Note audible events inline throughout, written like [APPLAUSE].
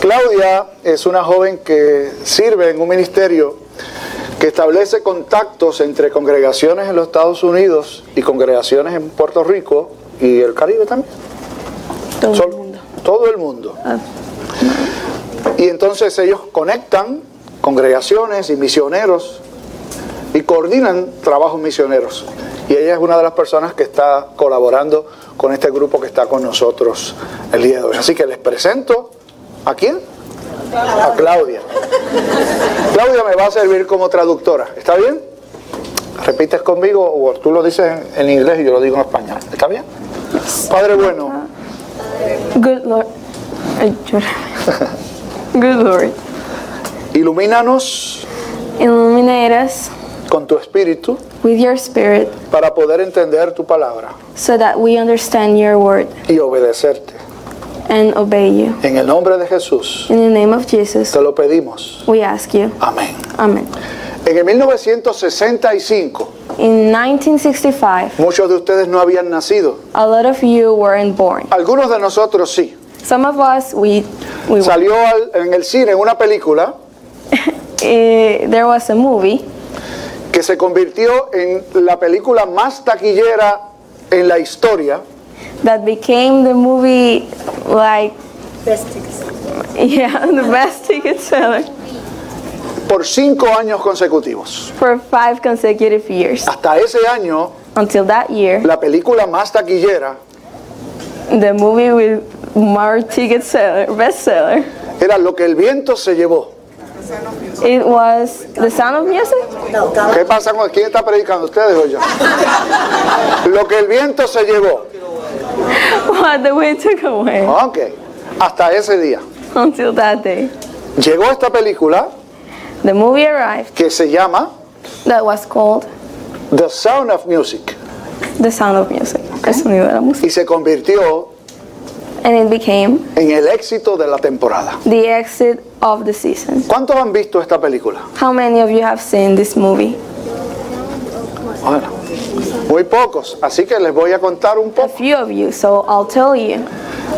Claudia es una joven que sirve en un ministerio que establece contactos entre congregaciones en los Estados Unidos y congregaciones en Puerto Rico y el Caribe también. Todo el Sol- mundo. todo el mundo. Ah. Y entonces ellos conectan congregaciones y misioneros y coordinan trabajos misioneros. Y ella es una de las personas que está colaborando con este grupo que está con nosotros el día de hoy. Así que les presento a quién? A Claudia. Claudia me va a servir como traductora. ¿Está bien? Repites conmigo o tú lo dices en, en inglés y yo lo digo en español. ¿Está bien? Padre Ah. bueno, Good Lord. Ay, llora. Good Lord. ilumínanos Illuminate us con tu espíritu with your spirit para poder entender tu palabra so that we understand your word y obedecerte. and obey you. En el nombre de Jesús In the name of Jesus, te lo pedimos. we ask you. Amén. Amen. En el 1965, In 1965, muchos de ustedes no habían nacido. a lot of you weren't born. Algunos de nosotros sí. Some of us, we, we were. Salió al- en el cine una película Eh, there was a movie que se convirtió en la película más taquillera en la historia that became the movie like [LAUGHS] yeah the best ticket seller por cinco años consecutivos. for five consecutive years. Hasta ese año, Until that year, la película más taquillera the movie with more ticket seller bestseller. era Lo que el viento se llevó. It was The Sound of Music. [LAUGHS] ¿Qué pasa con quién está predicando? ¿Ustedes o yo? Lo que el viento se llevó. What the wind took away. Ok. Hasta ese día. Until that day, Llegó esta película the movie arrived. que se llama That was called The Sound of Music The Sound of Music. El sonido de la música. y se convirtió And it became en el éxito de la temporada. the exit of the season. ¿Cuántos han visto esta película? How many of you have seen this movie? Bueno, muy pocos, así que les voy a contar un A poco. few of you, so I'll tell you.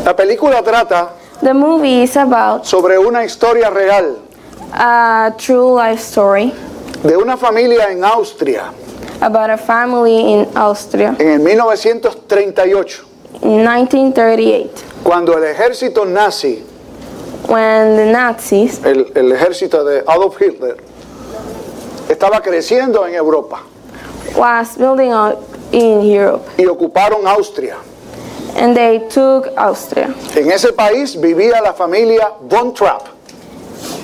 La película trata The movie is about sobre una historia real a true life story de una familia en Austria about a family in Austria en el 1938, in 1938 cuando el ejército nazi, when the Nazis, el- el ejército de Adolf Hitler, estaba creciendo en Europa was building up in Europe y ocuparon Austria. and they took Austria. En ese país vivía la familia Von Trapp.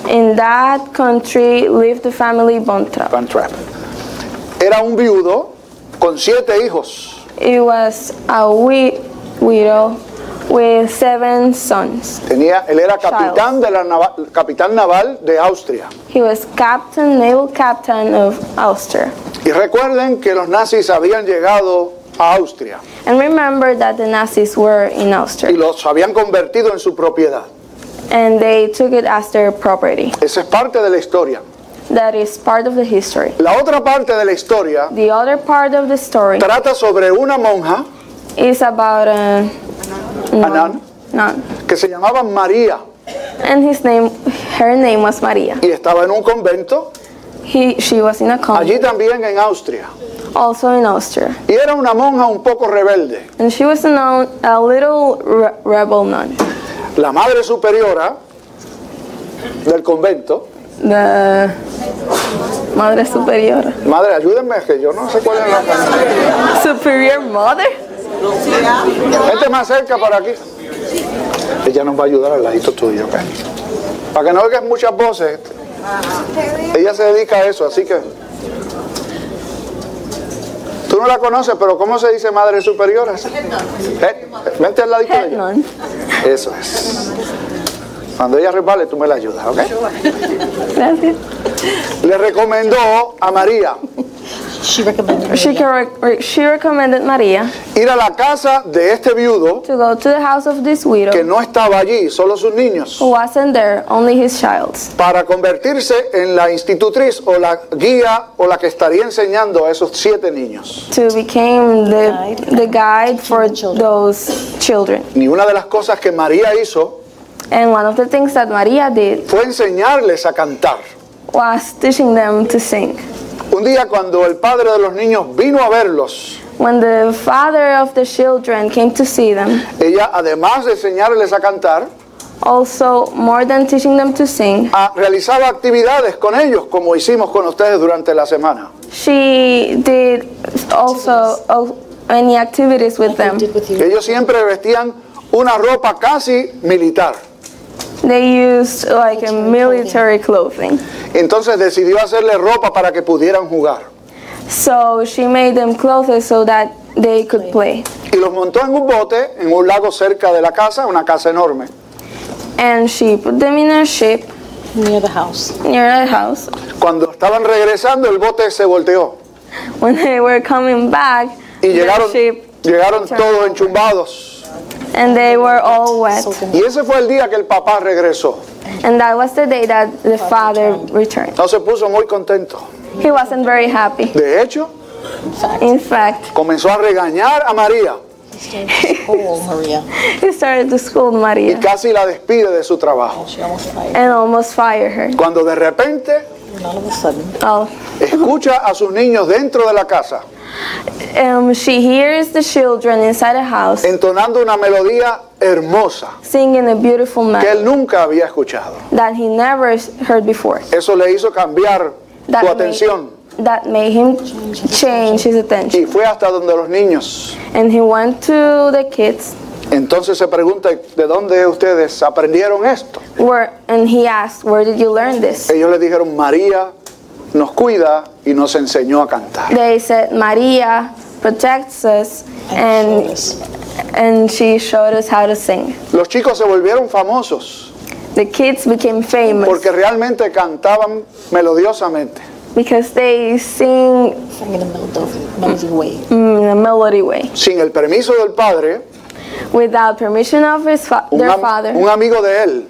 In that country lived the family Bontrapp. Von Trapp. Era un viudo con siete hijos. It was a wi- widow with seven sons. Tenía, él era capitán, de la nava- capitán naval de Austria. He was captain, naval captain of Austria. Y recuerden que los nazis habían llegado a Austria And remember that the Nazis were in Austria. y los habían convertido en su propiedad. and they took it as their property. Esa es parte de la historia. That is part of the history. La otra parte de la historia The other part of the story trata sobre una monja, is about a Anan, nun, que se llamaba María and his name, her name was Maria. y estaba en un convento, He, she was in a allí convent, también en Austria. also in Austria, Y era una monja un poco rebelde. and she was a, nun, a little re- rebel nun. La madre superiora del convento, The madre superior, madre, ayúdenme, que yo no sé cuál es la superior mother. Gente más cerca para aquí. Ella nos va a ayudar al ladito tuyo, ¿ok? Para que no oigas muchas voces. Ella se dedica a eso, así que. Tú no la conoces, pero ¿cómo se dice madre superiora? Eh, Vente al ladito de Head ella. nun. Eso es. Cuando ella resbale, tú me la ayudas, ¿ok? Gracias. Le recomendó a María She recommended She, correc- re- she recommended Maria ir a la casa de este viudo to go to the house of this widow. que no estaba allí, solo sus niños, who wasn't there, only his child, para convertirse en la institutriz o la guía o la que estaría enseñando a esos siete niños. to become the Guide. the guide for Children. those children. Ni una de las cosas que María hizo And one of the things that Maria did fue enseñarles a cantar. was teaching them to sing. Un día cuando el padre de los niños vino a verlos, When the father of the children came to see them, ella además de enseñarles a cantar, also more than teaching them to sing, a- realizaba actividades con ellos como hicimos con ustedes durante la semana. she did also uh, many activities with them. did with you. Ellos siempre vestían una ropa casi militar. They used like a military clothing. Entonces decidió hacerle ropa para que pudieran jugar. So she made them clothes so that they could play. Y los montó en un bote en un lago cerca de la casa, una casa enorme. And she put them in a ship Near the house. near a house. Cuando estaban regresando el bote se volteó When they were coming back, y the llegaron, ship, llegaron todos enchumbados. and they were all wet. Soaking. Y ese fue el día que el papá regresó. And that was the day that the father returned. No se puso muy contento. He wasn't very happy. De hecho, In fact, In fact, comenzó a regañar a María he [LAUGHS] started to call Maria. he started to scold y Maria casi la despide de su trabajo. She almost fired. and almost fire her. Cuando de repente And all of a sudden, Oh, escucha a sus niños dentro de la casa um, she hears the children inside the house entonando una melodía hermosa singing a beautiful que él melody nunca había escuchado. that he never s- heard before. Eso le hizo cambiar That su made- atención that made him change his attention. y fue hasta donde los niños. And he went to the kids Entonces se pregunta, ¿de dónde ustedes aprendieron esto? where, and he asked, Where did you learn this? Ellos le dijeron, María nos cuida y nos enseñó a cantar. They said, Maria protects us and and, and she showed us how to sing. Los chicos se volvieron famosos The kids became famous porque realmente cantaban melodiosamente. because they sing mm, sang in a melody, melody way. in a melody way. Sin el permiso del padre, Without permission of his fa- un, their am- father, un amigo de él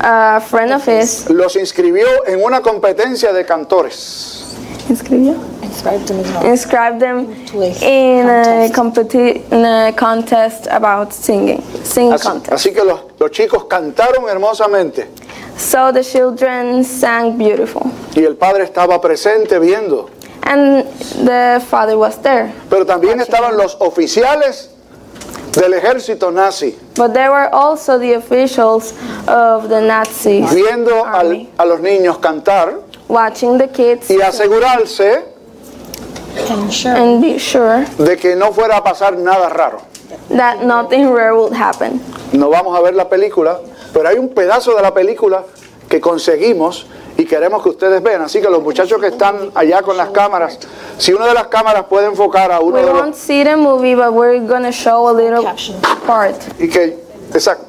a friend of his, los inscribió en una competencia de cantores. inscribió? Inscribed him as well. inscribed them To a in a, contest. competi- in a contest about singing, singing Así, contest. así que los, los chicos cantaron hermosamente So the children sang beautiful, y el padre estaba presente viendo. and the father was there. Pero también estaban los oficiales del ejército nazi But there were also the officials of the Nazis viendo al- army, a los niños cantar watching the kids y asegurarse And sure, and be sure de que no fuera a pasar nada raro. that nothing rare would happen. No vamos a ver la película, pero hay un pedazo de la película que conseguimos y queremos que ustedes vean. Así que los muchachos que están allá con las cámaras, si una de las cámaras puede enfocar a uno We de won't los... see the movie, but we're gonna show a little Caption. part. Y que, exacto,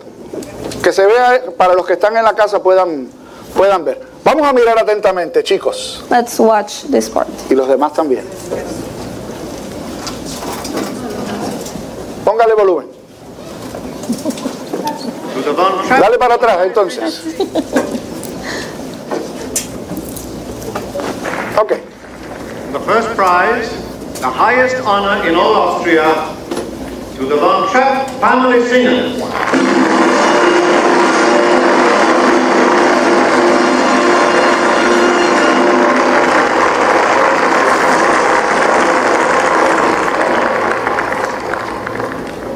que se vea para los que están en la casa puedan, puedan ver. Vamos a mirar atentamente, chicos, Let's watch this part. y los demás también. Póngale volumen. Dale para atrás, entonces. Ok. The first prize, the highest honor in all Austria, to the Von Trapp family singers.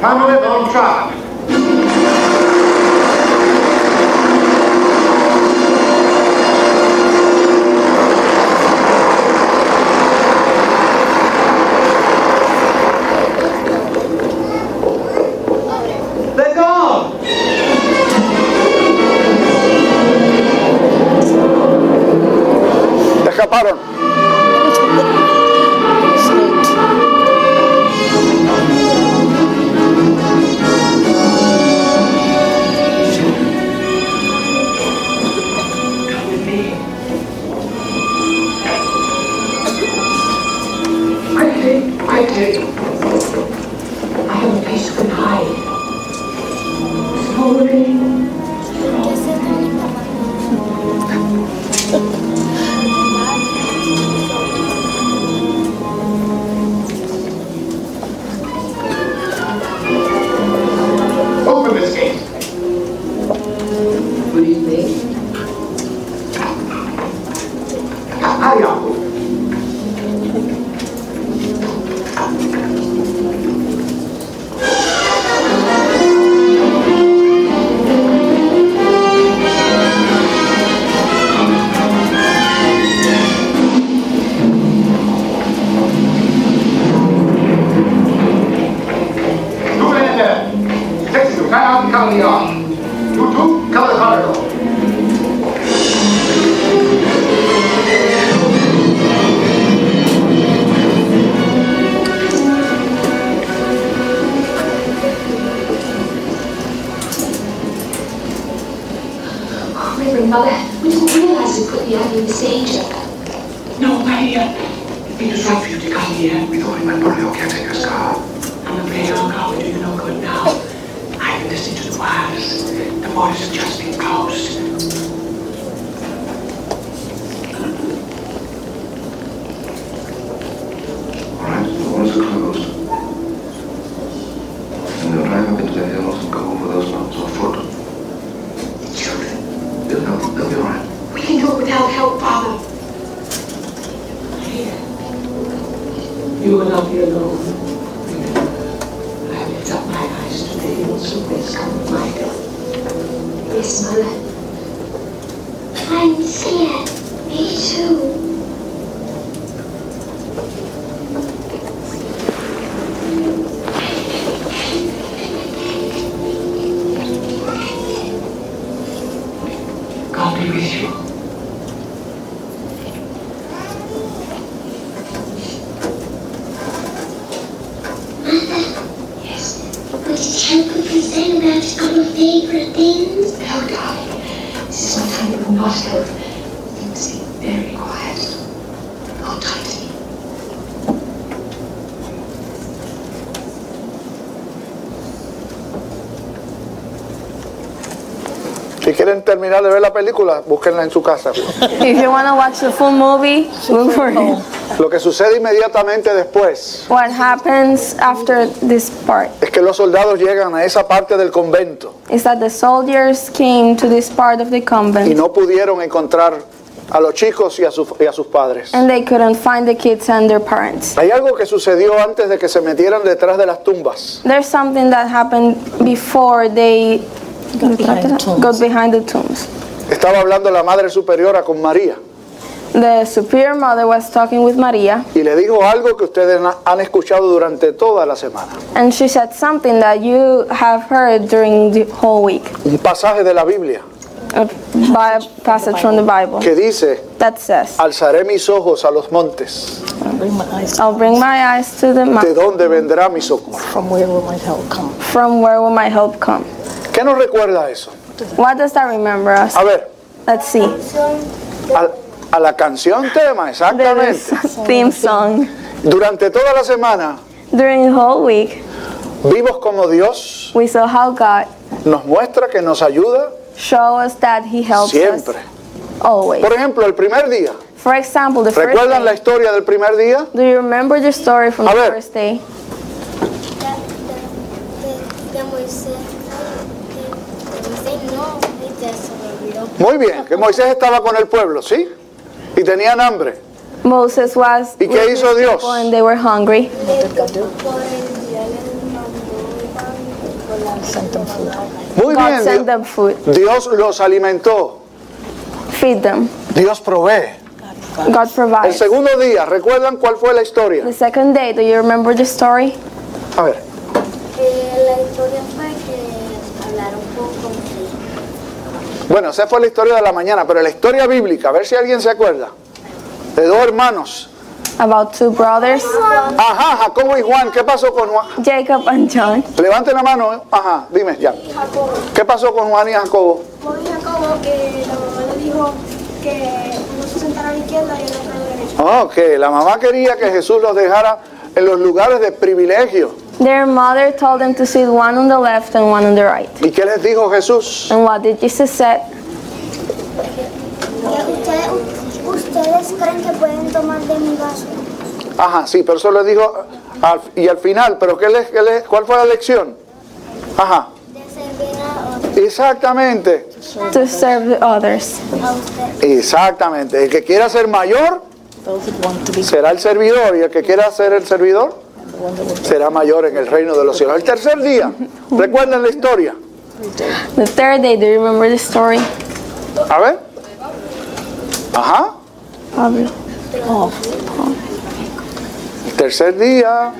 Family Von Trapp. They're gone! Escaparon. escaped. me Ariaco. You in there. Six, you cut out and cover the arm. You two, cover the corridor. Oh, Reverend Mother, we didn't realize we put the Abbey in this danger. No, I, uh, it was right for you to come here. We thought we might borrow your caretaker's car. I'm afraid our car will do you no good now. I've been listening to the wires. The boys have just been closed. All right, the ones are closed. And they'll drive up into the hills and go over those mountains on foot. Children, They'll, they'll, they'll be all right. we can do it without help, Father. You will not be alone. I lift up my eyes to the hills from whence cometh my help. Yes, Mother. I'm scared. Me too. God be with you. But can you please say about a couple of favorite things? Oh, darling. This is my time of not help. Things seem very quiet. Hold tightly. Si quieren terminar de ver la película, búsquenla en su casa. If you want to watch the full movie, look for it. Lo que sucede inmediatamente después What happens after this part es que los soldados llegan a esa parte del convento is that the soldiers came to this part of the y convent no pudieron encontrar a los chicos y a, sus- y a sus padres. and they couldn't find the kids and their parents. Hay algo que sucedió antes de que se metieran detrás de las tumbas. There's something that happened before they Got behind the tombs. got behind the tombs. Estaba hablando la Madre Superiora con María The superior mother was talking with Maria y le dijo algo que ustedes na- han escuchado durante toda la semana. and she said something that you have heard during the whole week. Un pasaje de la Biblia A bi- passage from the Bible que dice, that says, alzaré mis ojos a los montes, Bring my eyes I'll bring my eyes to ¿de the mountain. dónde vendrá mi socorro? from where will my help come? From where will my help come? ¿Qué nos recuerda eso? What does that remember us? A ver, Let's see. a, a la canción tema, There's exactamente. theme song. Durante toda la semana During the whole week, vimos como Dios we saw how God nos muestra que nos ayuda show us that He helps siempre. us always. Por ejemplo, el primer día. For example, the first ¿Recuerdan la day. historia del primer día? Do you remember the story from A the ver. first day? Da, da, da Moisés. De Moisés no, ahorita se me olvidó. Muy bien, que Moisés estaba con el pueblo, ¿sí? Y tenían hambre. Moses was ¿Y qué with hizo his Dios? people and they were hungry. Por el día les mandó con la Muy God sent bien, Di- them food, Dios los alimentó. feed them. Dios provee. God El provides. segundo día, ¿recuerdan cuál fue la historia? The second day, do you remember the story? A ver, Eh, la historia fue que hablaron con conflicto. bueno, esa fue la historia de la mañana, pero la historia bíblica, a ver si alguien se acuerda. De dos hermanos. About two brothers, Ajá, Jacobo y Juan, ¿qué pasó con Juan? Jacob and John. Levanten la mano, ¿eh? ajá, dime ya. Jacobo. ¿Qué pasó con Juan y Jacobo? Hoy Jacobo que la mamá le dijo que uno se sentara a la izquierda y el otro a la derecha. Oh, que la mamá quería que Jesús los dejara en los lugares de privilegio. Their mother told them to sit one on the left and one on the right. ¿Y qué les dijo Jesús? And what did Jesus said? Ustedes, ustedes creen que pueden tomar de mi vaso. Ajá, sí, pero eso les dijo al- y al final, pero qué les, qué les- ¿cuál fue la lección? Ajá, De servir a otros. y Exactamente. to serve the others. Exactamente. El que quiera ser mayor Those that want to be será el servidor y el que quiera ser el servidor the one that will será mayor en el reino de los cielos. El tercer día, recuerden la historia. The third day, do you remember the story? A ver. Ajá. Pablo. El tercer día.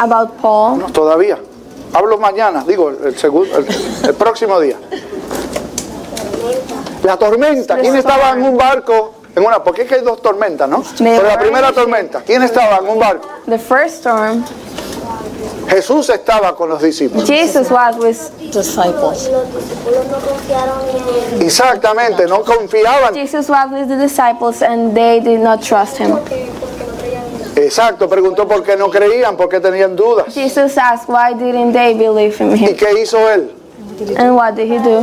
About Paul. No, todavía. Hablo mañana, digo, el, el segun- el- el próximo día. La tormenta. ¿Quién estaba en un barco? En una, porque es que hay dos tormentas, ¿no? Pero la primera tormenta, ¿quién estaba en un barco? The first storm, Jesús estaba con los discípulos. Jesus was with disciples. Los discípulos no confiaron en él. Exactamente, no confiaban. Jesus was with the disciples, and they did not trust him. Porque, porque no creían en él. Exacto, preguntó por qué no creían, por qué tenían dudas. Jesus asked, "Why didn't they believe in ¿Y him?" qué hizo él? And what did he do?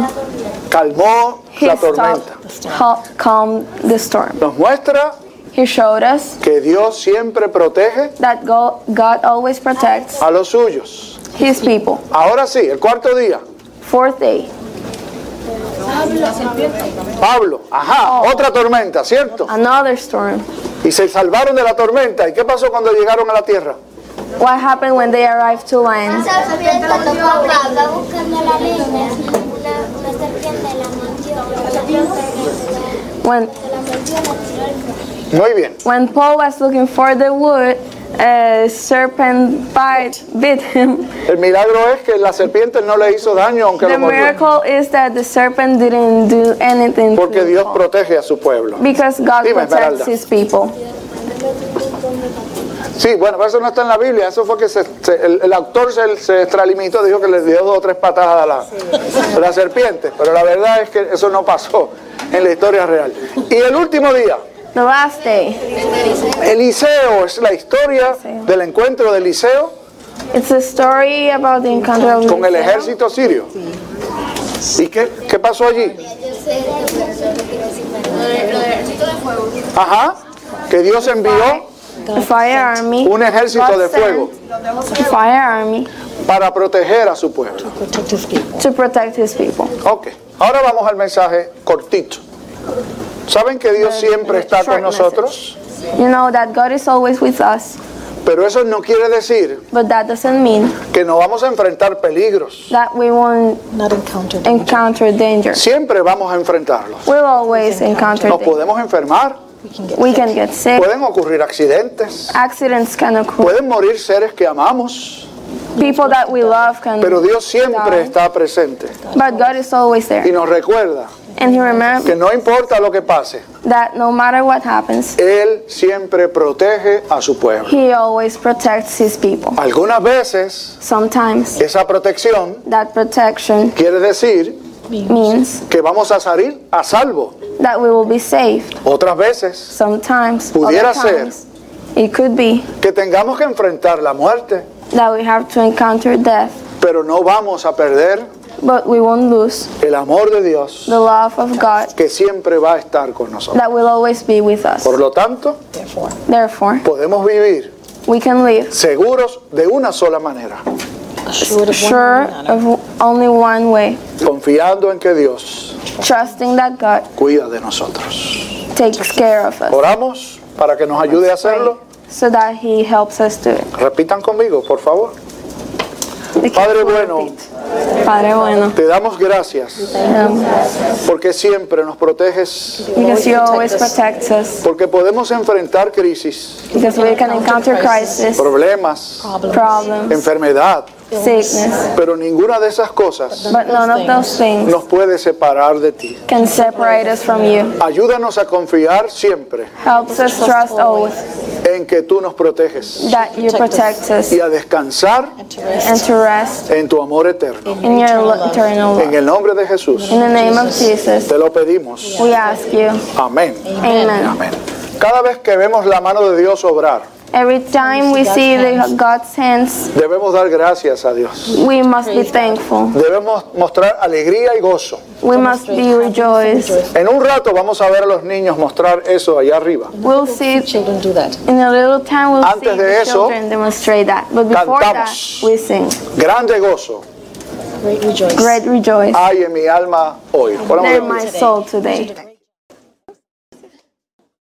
Calmó He la tormenta. stopped, hal- calmed the storm. Nos muestra He showed us que Dios siempre protege that Go- God always protects a los suyos. His people. Ahora sí, el cuarto día. Fourth day, Pablo, ajá, otra tormenta, ¿cierto? another storm. Y se salvaron de la tormenta. ¿Y qué pasó cuando llegaron a la tierra? What happened when they arrived to land? Una serpiente la tocó, va buscando la leña. Una, una serpiente la mordió. La vio, When se la mordió, la tiró al mar. Muy bien. when Paul was looking for the wood, a serpent bite bit him. El milagro es que la serpiente no le hizo daño aunque The lo mordió. miracle is that the serpent didn't do anything to Porque Dios Paul. protege a su pueblo. because God Dime, protects Esmeralda. His people. Sí, bueno, pero eso no está en la Biblia. Eso fue que se- se- el, el autor se, se extralimitó, dijo que le dio dos o tres patadas a la, a la serpiente. Pero la verdad es que eso no pasó en la historia real. Y el último día, The last day, Eliseo, es la historia Eliseo. del encuentro de Eliseo it's a story about the encounter of con el Eliseo. ejército sirio. ¿Y qué, qué pasó allí? Ajá, que Dios envió The fire army. un ejército God de fuego sent the fire army para proteger a su pueblo. protect his people. to protect His people. Ok, ahora vamos al mensaje cortito. ¿Saben que Dios siempre está con Short nosotros? You know that God is always with us, Pero eso no quiere decir but that doesn't mean que no vamos a enfrentar peligros. that we won't Not encountered. encounter danger. Siempre vamos a enfrentarlos. We'll always encounter Nos danger. podemos enfermar, we can get We can get sick. pueden ocurrir accidentes, Accidents can occur. pueden morir seres que amamos, People that we love can. pero Dios siempre está presente But God is always y there. nos recuerda And He remembers que no importa lo que pase, that no matter what happens, Él siempre protege a su pueblo. He always protects His people. Algunas veces Sometimes esa protección that protection quiere decir means que vamos a salir a salvo. that we will be saved. Otras veces Sometimes, Pudiera other ser. times, it could be que tengamos que enfrentar la muerte, that we have to encounter death, pero no vamos a perder but we won't lose el amor de Dios the love of God que siempre va a estar con nosotros. that will always be with us. Por lo tanto, there for. Therefore, podemos vivir we can live seguros de una sola manera, Assured of one sure another. of only one way, confiando en que Dios trusting that God cuida de nosotros. takes care of us Oramos para que nos ayude a hacerlo. so that He helps us do it. Repitan conmigo, por favor. The kids Padre will bueno. repeat. Padre bueno. Te damos gracias um, porque siempre nos proteges, because you always protect us. porque podemos enfrentar crisis, Because we can encounter crisis, problemas, problems, enfermedad, sickness. pero ninguna de esas cosas But none of those things nos puede separar de ti. can separate us from you. Ayúdanos a confiar siempre Helps us trust always en que tú nos proteges that you protect us y a descansar And to rest and to rest en tu amor eterno. in your lo- eternal En love. el nombre de Jesús In the name of Jesus, te lo pedimos. we ask you. Amén. Amen. Amén. Cada vez que vemos la mano de Dios obrar, Every time we see the God's hands, debemos dar gracias a Dios. we must be thankful. Debemos mostrar alegría y gozo. We must be rejoiced. En un rato vamos a ver a los niños mostrar eso allá arriba. We'll see it Children do that. in a little time. We'll see Antes de the eso, children demonstrate that. But before that, cantamos. we sing. Grande gozo. Great rejoice. Great rejoice. Ay en mi alma hoy. What am I Let gonna do? my soul today.